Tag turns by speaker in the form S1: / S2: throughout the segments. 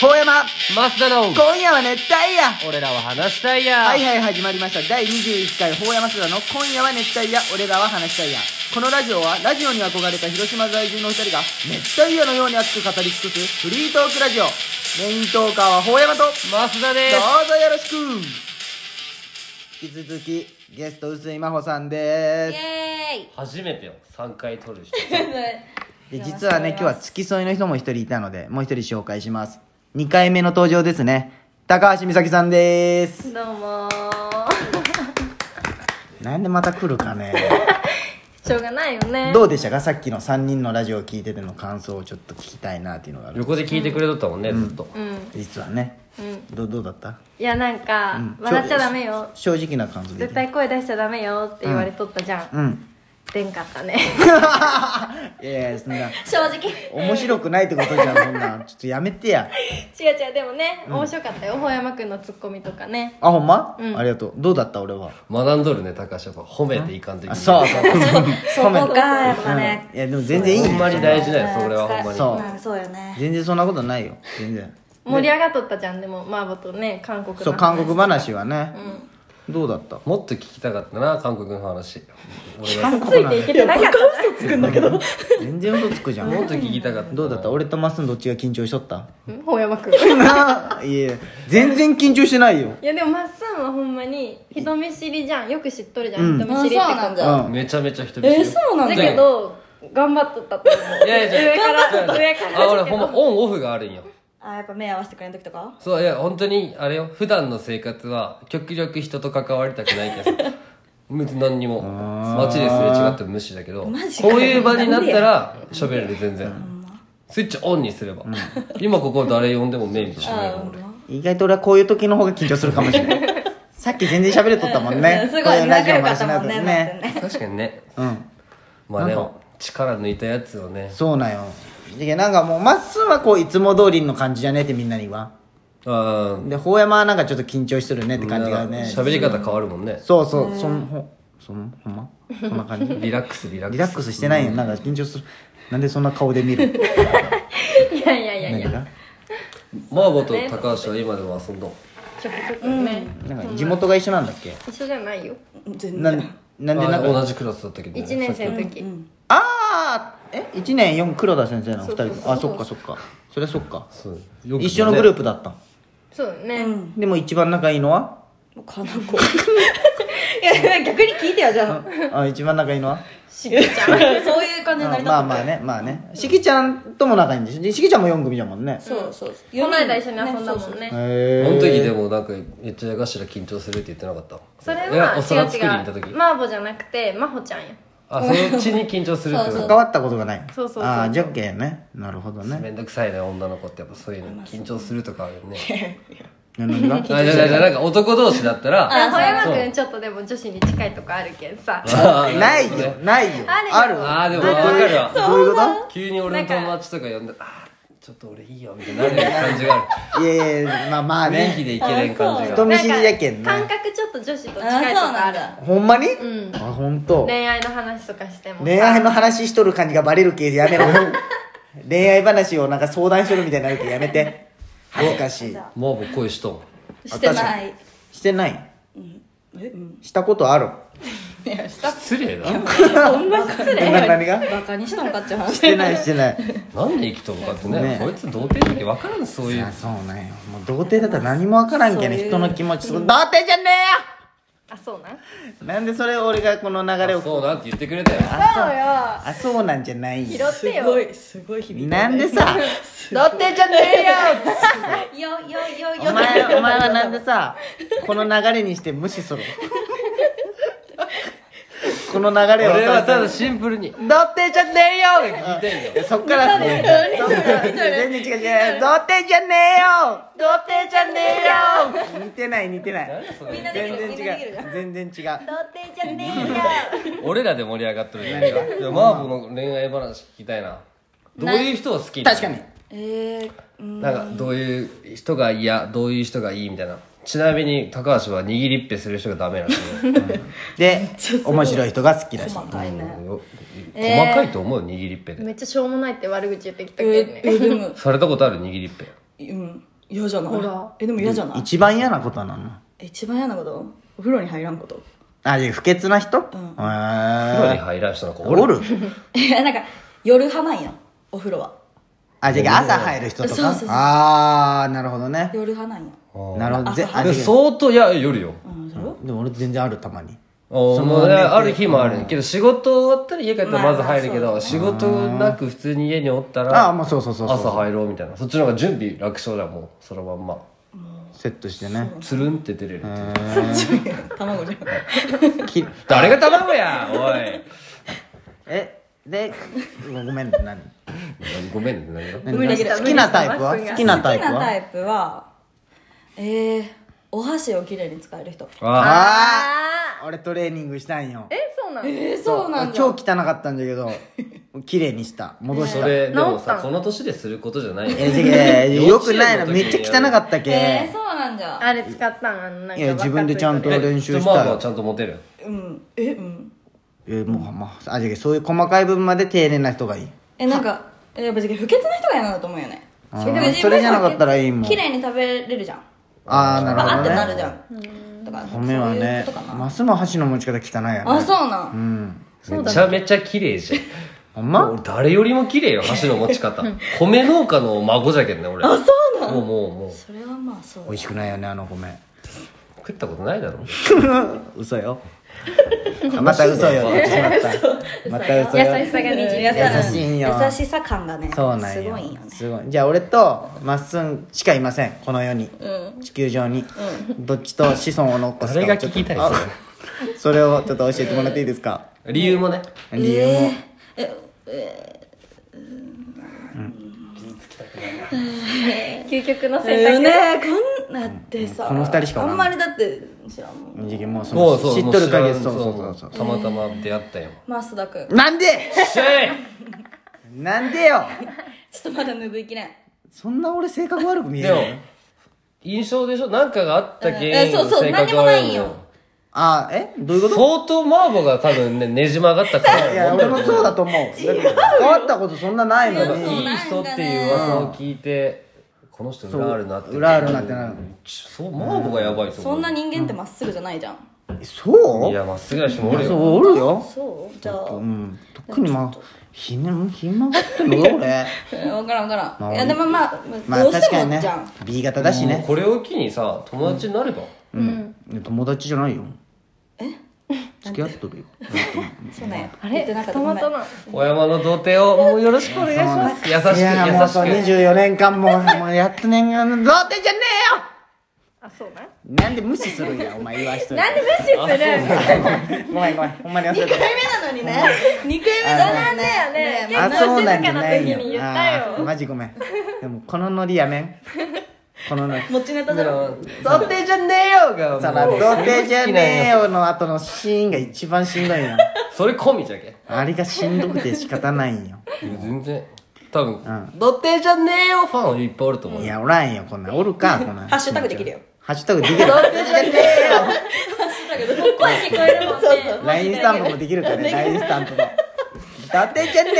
S1: 遠山
S2: 増田の
S1: 今夜は熱帯夜
S2: 俺らは話したいや、
S1: はいはい始まりました第21回法山空の今夜は熱帯夜俺らは話したいやこのラジオはラジオに憧れた広島在住のお二人が熱帯夜のように熱く語り尽くすフリートークラジオメイントーカーは法山とどう
S2: 増田です
S1: ぞよろしく引き続きゲスト臼井真帆さん
S3: イ
S1: です
S3: エ
S2: 初めてよ3回撮る人
S3: ー
S1: で
S3: イ
S1: 実はね今日は付き添いの人も一人いたのでもう一人紹介します2回目の登場ですね高橋美咲さんです
S3: どうもー
S1: なんでまた来るかね
S3: しょうがないよね
S1: どうでしたかさっきの3人のラジオを聞いてての感想をちょっと聞きたいなっていうのがある
S2: 横で聞いてくれとったもんね、ずっと、
S3: うんうん
S1: 実はねどどうだった、
S3: いやなんか、
S1: うん
S3: 笑っちゃダメよ
S1: 正直な感想で
S3: 絶対声出しちゃダメよって言われとったじゃん、
S1: うん
S3: 出んかったね
S1: いやいやそんな
S3: 正 直
S1: 面白くないってことじゃんそんなちょっとやめてや
S3: 違う違うでもね、面白かったよほ山くんのツッコミとかね
S1: あほんま、
S3: うん
S1: ありがとうどうだった俺は
S2: 学んどるね高橋やっぱ褒めていかんといけ
S1: あ
S2: ない
S1: そうそう
S3: そ
S1: ごめん
S3: こがやっぱね、
S1: うんいやでも全然いいよ
S2: ほんまに大事だよそれはほんまに
S1: そう
S4: うんそうよね
S1: 全然そんなことないよ全然
S3: 盛り上がっとったじゃんでもマーボとね韓国の
S1: そう韓国話はね、どうだった
S2: もっと聞きたかったな韓国の話俺は
S1: 韓
S3: ついていけてなかった
S1: 全然嘘つくじゃん
S2: もっと聞きたかったな
S1: どうだった俺とマスのどっちが緊張しとった
S3: うんほ山くんい
S1: なあ いえ全然緊張してないよ
S3: やでもまっさんはほんまに人見知りじゃんよく知っとるじゃん、
S1: うん
S3: 人見知りってこ
S4: あそう
S3: と
S4: なんだ
S1: うん
S2: めちゃめちゃ人見知り
S4: えそうなん
S3: だ
S4: だ
S3: けど頑張っとったと思う
S2: いやいや
S3: 上から上から
S2: あ俺ほんまオンオフがあるんよ
S4: あやっぱ目合わせてくれん時とか
S2: そういや本当にあれよ普段の生活は極力人と関わりたくないけど別に何にも街ですれ違っても無視だけどこ
S4: マジ
S2: う
S4: かよ
S2: いう場になったら喋れる全然スイッチオンにすれば、今ここ誰呼んでも目見てしまうよ俺
S1: 意外と俺はこういう時の方が緊張するかもしれないさっき全然喋れとったもんね
S4: うんす
S1: こ
S4: ご
S1: ういう
S4: い
S1: ラジ
S4: 仲
S1: オ
S4: 良か
S1: 回
S4: っ
S1: したな
S4: も
S1: と
S4: ん
S1: ね
S4: ねなってね
S2: 確かにね
S1: うん
S2: まあね
S1: なんか
S2: 力抜いたやつをね
S1: そうなんよでなんかもうまっすーはこういつも通りの感じじゃねってみんなに言わ
S2: あ
S1: んで法山はなんかちょっと緊張してるねって
S2: あ
S1: 感じがね
S2: 喋り方変わるもんね
S1: そうそうそんほそんほんまそんな感じ
S2: リラックスリラックス
S1: リラックスしてないよなんか緊張するなんでそんな顔で見る
S3: いやいやいやいや
S1: 何が
S2: マーボと高橋は今でも遊んどん
S3: ちょこちょこね、
S1: なんか地元が一緒なんだっけ
S3: 一緒じゃないよ
S4: 全
S1: なん
S4: 然
S1: なんでなん
S2: あ
S1: か
S2: 同じクラスだったけど、ね、
S3: 1年生の時、
S1: ああえ一1年4黒田先生の2人とあそっかそっかそりゃそっか
S2: そう
S1: 一緒のグル
S2: ー
S1: ープだったん
S3: そうだね、
S4: うん
S1: でも一番仲いいのは
S4: もうかなこ いや逆に聞いてよじゃあ
S1: あ一番仲いいのは
S4: しげちゃんそういう
S1: あ
S4: 感じになり
S1: ま
S4: た
S1: あ
S4: く
S1: まあねまあねしきちゃんとも仲いいんでしょでしきちゃんも4組だもんね
S4: そうそうこ
S3: この間一緒に遊んだもんね
S1: へ
S2: その時で
S1: も
S2: もなんかめっちゃやがしら緊張するって言ってなかった
S3: それ
S2: いや
S3: は
S2: お
S3: 違
S2: 皿
S3: う
S2: 作りに行った
S3: 違
S2: 時、
S3: うマーボじゃなくてマホちゃんや
S2: あそのうちに緊張するって
S4: そう
S2: な
S1: 関わったことがない
S3: そうそうそう
S1: ああじゃっけんねなるほどね
S2: めんどくさいね女の子ってやっぱそういうの緊張するとかあるよね
S1: 何が
S2: あじゃあじゃあじゃあなんか男同士だったら
S3: でも小山
S2: そう
S3: くんちょっとでも女子に近いとこあるけんさ
S2: あー
S1: ないよないよ
S3: あるよ
S2: あーでも
S1: どういうこと
S2: わかるわ
S1: どういうこ
S2: 急に俺の友達とか呼んであーちょっと俺いいよみたいになる感じがあ
S1: といやいやまあまあ
S2: る
S1: ね
S2: 雰囲気でいけない感じ
S1: 人
S2: が
S1: 見知りやけん
S3: な
S1: ね
S3: か感覚ちょっと女子と近いとこ
S4: あそう
S3: あ
S4: なん
S3: る
S4: だ
S1: ほんまに、
S3: ん
S1: あ本当。
S3: 恋愛の話とかしてもさ
S1: 恋愛の話しとる感じがバレるけやめろ恋愛話をなんか相談しとるみたいになるけやめて恥ずかしい
S2: もう僕恋しとん
S4: してない
S1: してない
S4: えうん
S1: したことある
S4: いやした
S2: 失礼だな
S4: そんな失
S1: 礼な何が
S4: バカにしたのかっちゃう
S1: し
S4: 話
S1: てないしてない
S2: なんで生きとんかってね
S1: ね
S2: こいつ童貞の時分からんそう
S1: い
S2: いう
S1: やそうねもう童貞だったら何もわからんけどね人の気持ち童貞じゃね
S3: あそうなん
S1: えよなんでそれ俺がこの流れ
S2: あ
S1: を
S2: そうだって言ってくれたよ
S3: そ
S1: あそうなんじゃないよ
S3: うよ拾って
S4: す
S3: よ
S4: ごいすごい響いて
S1: なんでさ
S3: だってじゃねえよ
S4: よよよ
S1: お
S4: よ
S1: 前お前はなんでさこの流れにして無視するこの流れをさ
S2: 俺はただシンプルに
S1: 童貞じゃねえよ
S2: 言いたいんだよ
S1: いやそっからね。そっから全然違う違う。童貞じゃねえよ童貞じゃねえよ似てない似てない。
S2: 何それ
S4: みんなで
S1: 全
S4: きるみんな
S1: 然
S4: できるじゃ
S1: 違
S4: ん
S1: う。全然違う。
S3: だってじゃねえよ
S2: 俺らで盛り上がってるじゃないかいやマーボの恋愛話聞きたいなどういう人を好き
S1: 確かに。
S4: えーうん
S2: なんかどういう人が嫌どういう人がいいみたいなちなみに高橋は握りっぺする人がダメなんですよ
S1: で、面白い人が好きだし。
S4: 細かいね
S2: よ細かいと思う握りっぺで
S3: めっちゃしょうもないって悪口言ってきた
S4: う
S3: けどね
S4: うるむ
S2: されたことある握りっぺ
S4: うん嫌じゃない
S3: ほら
S4: えでも嫌じゃない
S1: 一番嫌なことなの
S4: 一番嫌なことお風呂に入らんこと
S1: あいや不潔な人、え
S4: ん
S2: 風呂
S1: ー
S2: に入らん人なんかおる
S1: おる
S4: いやなんか夜派なんやお風呂は
S1: あじゃあ朝入る人と
S4: そう
S1: か
S4: そうそう
S1: ああなるほどね
S4: 夜派なんや
S2: あー
S1: なるほどぜあ
S2: で
S1: で
S2: も相当いや夜よ
S4: うんそれは
S1: でも俺全然あるたまに
S2: そ
S1: の
S2: のね、ある日もあるけど仕事終わったら家帰ったらまず入るけ
S4: まあ
S2: ど仕事なく普通に家におった
S1: ああ
S2: ら
S1: まあそうそうそうそう
S2: 朝入ろうみたいなそっちの方が準備楽勝だもんそのまんま
S1: セットしてね
S2: つるんって出れるっていう
S4: 卵じゃん
S1: き
S2: 誰が卵やお
S1: えでごめん何
S2: い ごめんね何が
S1: 何
S3: 無理した
S1: 好きなタイプは
S3: 無理した
S1: 好きなタイプ
S4: 好きなタ
S1: は
S4: イプはえー、お箸をきれいに使える人
S2: あ
S1: あ
S3: あ
S1: あ俺トレーニングしたんよ
S3: ーえそうなの
S4: えー、そうなんだ
S1: 超汚かったんだけど綺麗にした戻
S2: あ
S1: した
S2: それでもさ
S3: 治った
S2: この年ですることじゃないよ
S1: えじゃあよくないな
S2: 幼稚園の時に
S1: めっちゃ汚かったけ、
S4: えー、そうなんじゃ
S3: あれ使ったんあのなんか
S1: いや自分でちゃんと
S2: え
S1: 練習したよ
S2: じゃあまあまあちゃんと持てる
S4: うんえうん
S1: えーもうまああじゃあそういう細かい部分まで丁寧な人がいい
S4: えなんかえやっぱ不潔な人が嫌なんだと思うよね
S1: あーそれじゃなかったらいいもん
S4: 綺麗に食べれるじゃん
S1: ああなるほ
S4: バー
S1: ど
S4: って
S1: ね
S4: なるじゃんとか
S1: 米は
S4: そういう
S1: ね
S4: ことかな
S1: マスも箸の持ち方汚いよね
S4: あそうなん、
S1: うん
S2: めちゃめちゃ綺麗じ
S1: ほん
S2: ゃん
S1: ま
S2: もう誰よりも綺麗よ箸の持ち 方米農家の孫じゃけんね俺あそうなのもうもうもう
S4: それはまあそう
S1: 美味しくないよねあの米
S2: 食ったことないだろ
S1: 嘘よまた嘘よって言ってしまったまた嘘よ
S3: 優しさがにじみ
S1: 優しいんよ
S4: 優しさ感がね
S1: そうなんよ
S4: すごいんよね
S1: すごいじゃあ俺とまっすんしかいませんこの世に
S4: うん
S1: 地球上に、どっちと子孫を残すか
S2: 誰が聞きたい
S1: ちょっ
S2: そ
S1: と
S2: れ
S1: あそれをちょっと教えてもらっていいですか
S2: 理由もね
S1: 理由も、
S3: 究極の選
S4: え
S3: 択、
S4: ー、ねこんなってさ
S1: この二人しかお
S4: あ
S1: らん
S4: んまりだって知らんもん
S1: 二次元もうそ
S2: そ
S1: の
S2: うそう
S1: 知っとる限り
S2: も
S1: そうう
S2: 知ら
S1: そ
S2: ん
S1: うそうそう
S2: たまたま出 会ったよ
S4: マスダ君
S1: なんで
S2: しゃい
S1: なんでよ
S4: ちょっとまだ拭いきれん
S1: そんな俺性格悪く見え
S2: でも
S1: るの
S2: 印象でしょなんかがあった原因
S4: うんえそうそう
S2: 性格悪いの
S4: 何にもない
S2: よ
S4: よ
S1: あえどういうこと
S2: 相当マーボが多分ねねじ曲がったか
S1: いや
S2: ら
S1: 俺もそうだと思うだって変わったことそんなないの
S4: そう
S2: い
S1: に
S2: い人っていう噂を聞いてこの人裏あるなって
S1: そう裏あるなってなる
S2: そうマーボがやばいと思う
S4: そんな人間ってまっすぐじゃないじゃん、
S1: そう
S2: いやまっすぐな人もおる
S1: そう
S2: よ
S1: おるよ
S4: そうじゃあ、
S1: うん特にまあひねひん曲がってるよ俺
S4: 分からん分からん、
S1: まあ
S4: いやでもまあ、
S1: まあ
S4: どうし
S1: 確
S4: て
S1: かに
S4: も
S1: ね
S4: じゃん
S1: B 型だし
S2: もう
S1: ね
S2: これを機にさ友達になれば
S1: うん友達じゃないよえ付き合っとるよ
S4: そうね
S3: あ
S4: 言
S3: れ
S4: ってなかった
S3: たまたま
S2: 小山の童貞をもうよろしくお願いします優し
S1: いやもうそう
S2: く優しく
S1: 24年間ももうやっと年間の童貞じゃね
S3: あそうな
S1: え
S3: ん
S1: よなんで無視するんやお前言わしといて
S3: なんで無視する
S1: ごめんごめんほんまに忘れ
S4: 2
S1: てた
S4: 回目なのにね2回目なの
S3: だよ
S4: に
S3: ね
S1: あ、
S3: 結
S1: そ
S3: 構
S1: う
S3: 静
S1: なんじ
S3: か
S1: ゃ
S3: な
S1: ない
S3: 時
S1: よ
S3: に言った
S1: あー
S3: よ
S1: マジごめんでもこのノリやめんこのノリ
S4: 持ちネタじゃん
S2: 童貞じゃねえよが
S1: さら童貞じゃねえよの後のシーンが一番しんどいよ
S2: それ込みじゃけ
S1: あれがしんどくて仕方ないんよ
S2: いや全然多分、
S1: ん
S2: 童貞じゃねえよファンいっぱいおると思う
S1: い
S2: よ
S1: やおらんよこんなんおるかこんなん
S4: ハッシュタグできるよ
S1: ハッシュタグできる童貞じゃねえよ
S3: 声聞こえるもんね
S1: LINE スタンプもできるからね LINE スタンプも童貞じゃね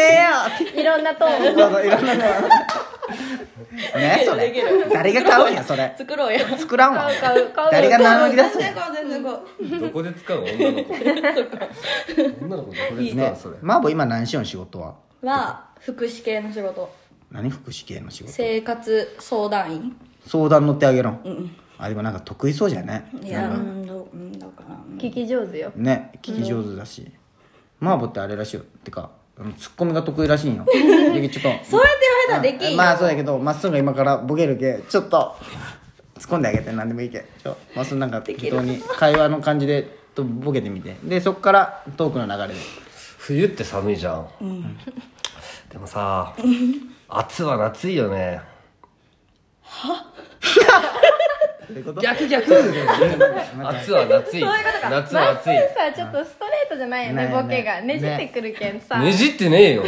S1: えよ
S3: いろんなトーン
S1: そうそういろんなのねそれ誰が買うんやそれ
S4: 作ろうよ
S1: 作らんわ
S3: 買う買う買う
S1: 誰が名乗り出すんや
S4: 全然こう全然こう
S2: どこで使うの女の子女の子どこで使うの
S1: ね
S2: それ、
S1: マーボー今何しよん仕事は
S4: は福祉系の仕事
S1: 何福祉系の仕事
S4: 生活相談員
S1: 相談乗ってあげろん、あでもなんか得意そうじゃね
S4: いや
S1: な
S4: うん
S1: か
S4: んどううんどうかな
S3: 聞き上手よ
S1: ね聞き上手だし、マーボってあれらしいよてかあのツッコミが得意らしいんよでちょっと
S4: そうやって言われたらできんよ
S1: まあそうだけどまっすぐ今からボケるけちょっと突っ込んであげて何でもいいけちょまっすぐなんか適当に会話の感じでとボケてみてでそっからトークの流れで
S2: 冬って寒いじゃん、でもさ暑は夏いよね
S1: そういうこと
S2: 逆逆夏は夏い夏は暑い
S3: さちょっとストレートじゃないよね
S1: ね
S3: ボケがね
S1: ね
S3: じってくるけんさ
S2: ねじってねえよ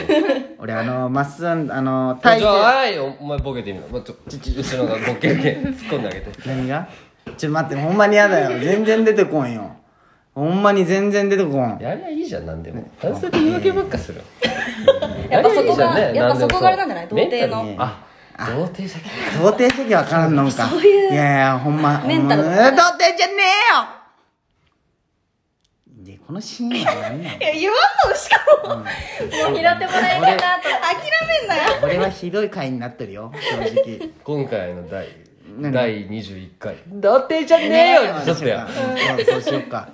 S1: 俺あのまっすぐあの
S2: じゃ
S1: 体勢
S2: あはいお前ボケてみろ、まあ、ちょちち後ろがボケて突っ込んであげて
S1: 何がちょっと待ってほんまに嫌だよ全然出てこんよほんまに全然出てこん
S2: やりゃいいじゃん何でも男性で言い訳ばっかする
S4: やっぱそこ
S2: やりゃいいじゃんね
S4: がや
S2: 何
S4: っぱ
S2: でも
S4: そこがあれなんじゃない童貞の
S2: メンタルにあ童貞先
S1: 童貞主義わからんのんか。
S4: そういう
S1: やいや、ほんま。
S4: メンタル
S1: う
S4: だ
S1: ん
S4: ったね
S1: 童貞じゃねえよで、このシーンは何なの
S4: いや言わんのしかも、もう拾ってもらえたなと諦めんなよ
S1: これはひどい回になってるよ、正直。
S2: 今回の第
S1: 何
S2: 第21回童貞じゃねえよちょっとや
S1: うんそうしようか。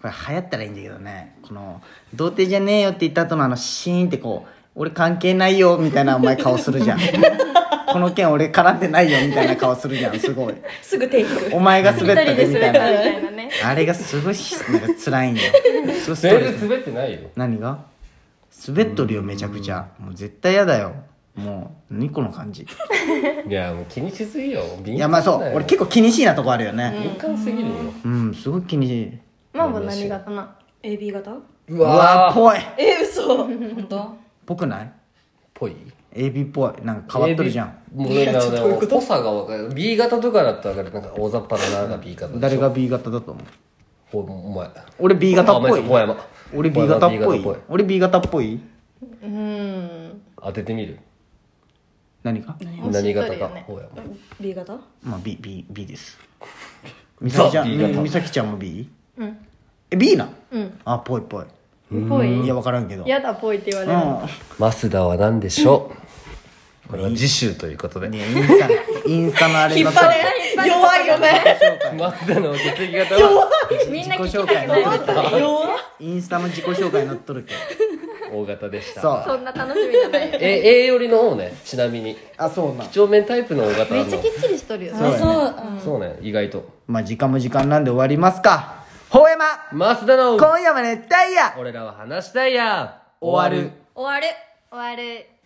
S1: これ流行ったらいいんだけどね。この、童貞じゃねえよって言った後のあのシーンってこう、俺関係ないよみたいなお前顔するじゃん。この件俺絡んでないよみたいな顔するじゃん、すごい。
S4: すぐテイク一
S1: お前が滑
S4: 人
S1: ったで
S4: で
S1: み
S4: 滑
S1: た
S4: っ
S1: い
S4: たみた
S1: な。
S4: いなね
S1: あれがすごいなんか辛いんだよ。すごいストレ
S2: 全
S1: ス
S2: 然滑ってないよ
S1: 何が滑っとるよ、めちゃくちゃ。もう絶対嫌だよ。もう、何この感じ。
S2: いやもう気にしすぎよ
S1: い
S2: い
S1: や、まあそう。俺結構気にしいなとこあるよね。
S2: 敏感すぎるよ
S1: うん、すごい気にしい。
S3: マンボ何型な
S4: AB 型
S2: う
S1: うわー、
S2: ー
S1: ぽい
S4: え嘘本当
S1: ぽくない
S2: ぽい
S1: AB っぽいなんか変わっとるじゃん、
S2: AB もうなんかなんか濃さが分かる B 型とかだったらなんか大雑把だななんか B 型
S1: 誰が B 型だと思う
S2: おお前
S1: 俺 B 型っぽい
S2: あお前さ
S1: 俺 B
S2: 小山
S1: 型っぽい
S2: B 型っぽい
S1: 俺 B 型っぽいう
S3: ーん
S2: 当ててみる
S1: 何か
S2: 何
S3: 知
S2: 型
S3: っと
S2: か
S3: るよね
S2: ほうやま
S4: B 型
S1: まあ B, B, B です美咲ちゃ
S2: ザ B 型
S1: ん美咲ちゃんも B?
S3: うん
S1: え B な
S3: うん
S1: あぽいぽい
S3: ぽい
S1: いや分からんけど
S3: やだぽいって言わ
S1: うん
S3: れる
S2: マスダは何でしょうこれは次週ということで
S1: ねインスタインスタのあれのさ
S4: 弱いよね
S2: マスダの血液型は
S3: みん
S1: 自
S3: な
S1: 己
S3: 聞き
S1: 紹
S3: た
S1: 介
S3: く
S1: のっ
S3: ない
S1: とるけど
S4: 弱
S1: インスタの自己紹介のっとるけ
S2: 大型でした
S1: どそ
S3: そうんな楽しみじゃ ない
S2: え A よりの方ねちなみに
S1: あそうなん
S2: 几帳面タイプの O 型
S3: め
S2: な
S3: っちゃ
S2: の
S3: きっちりしとる よ
S1: そう
S3: ね
S1: やね
S2: そうね意外と
S1: まあ時間も時間なんで終わりますかほうやま
S2: マスダの
S1: 今夜は熱帯夜
S2: 俺らは話したいや
S1: 終わる
S3: 終わる終わる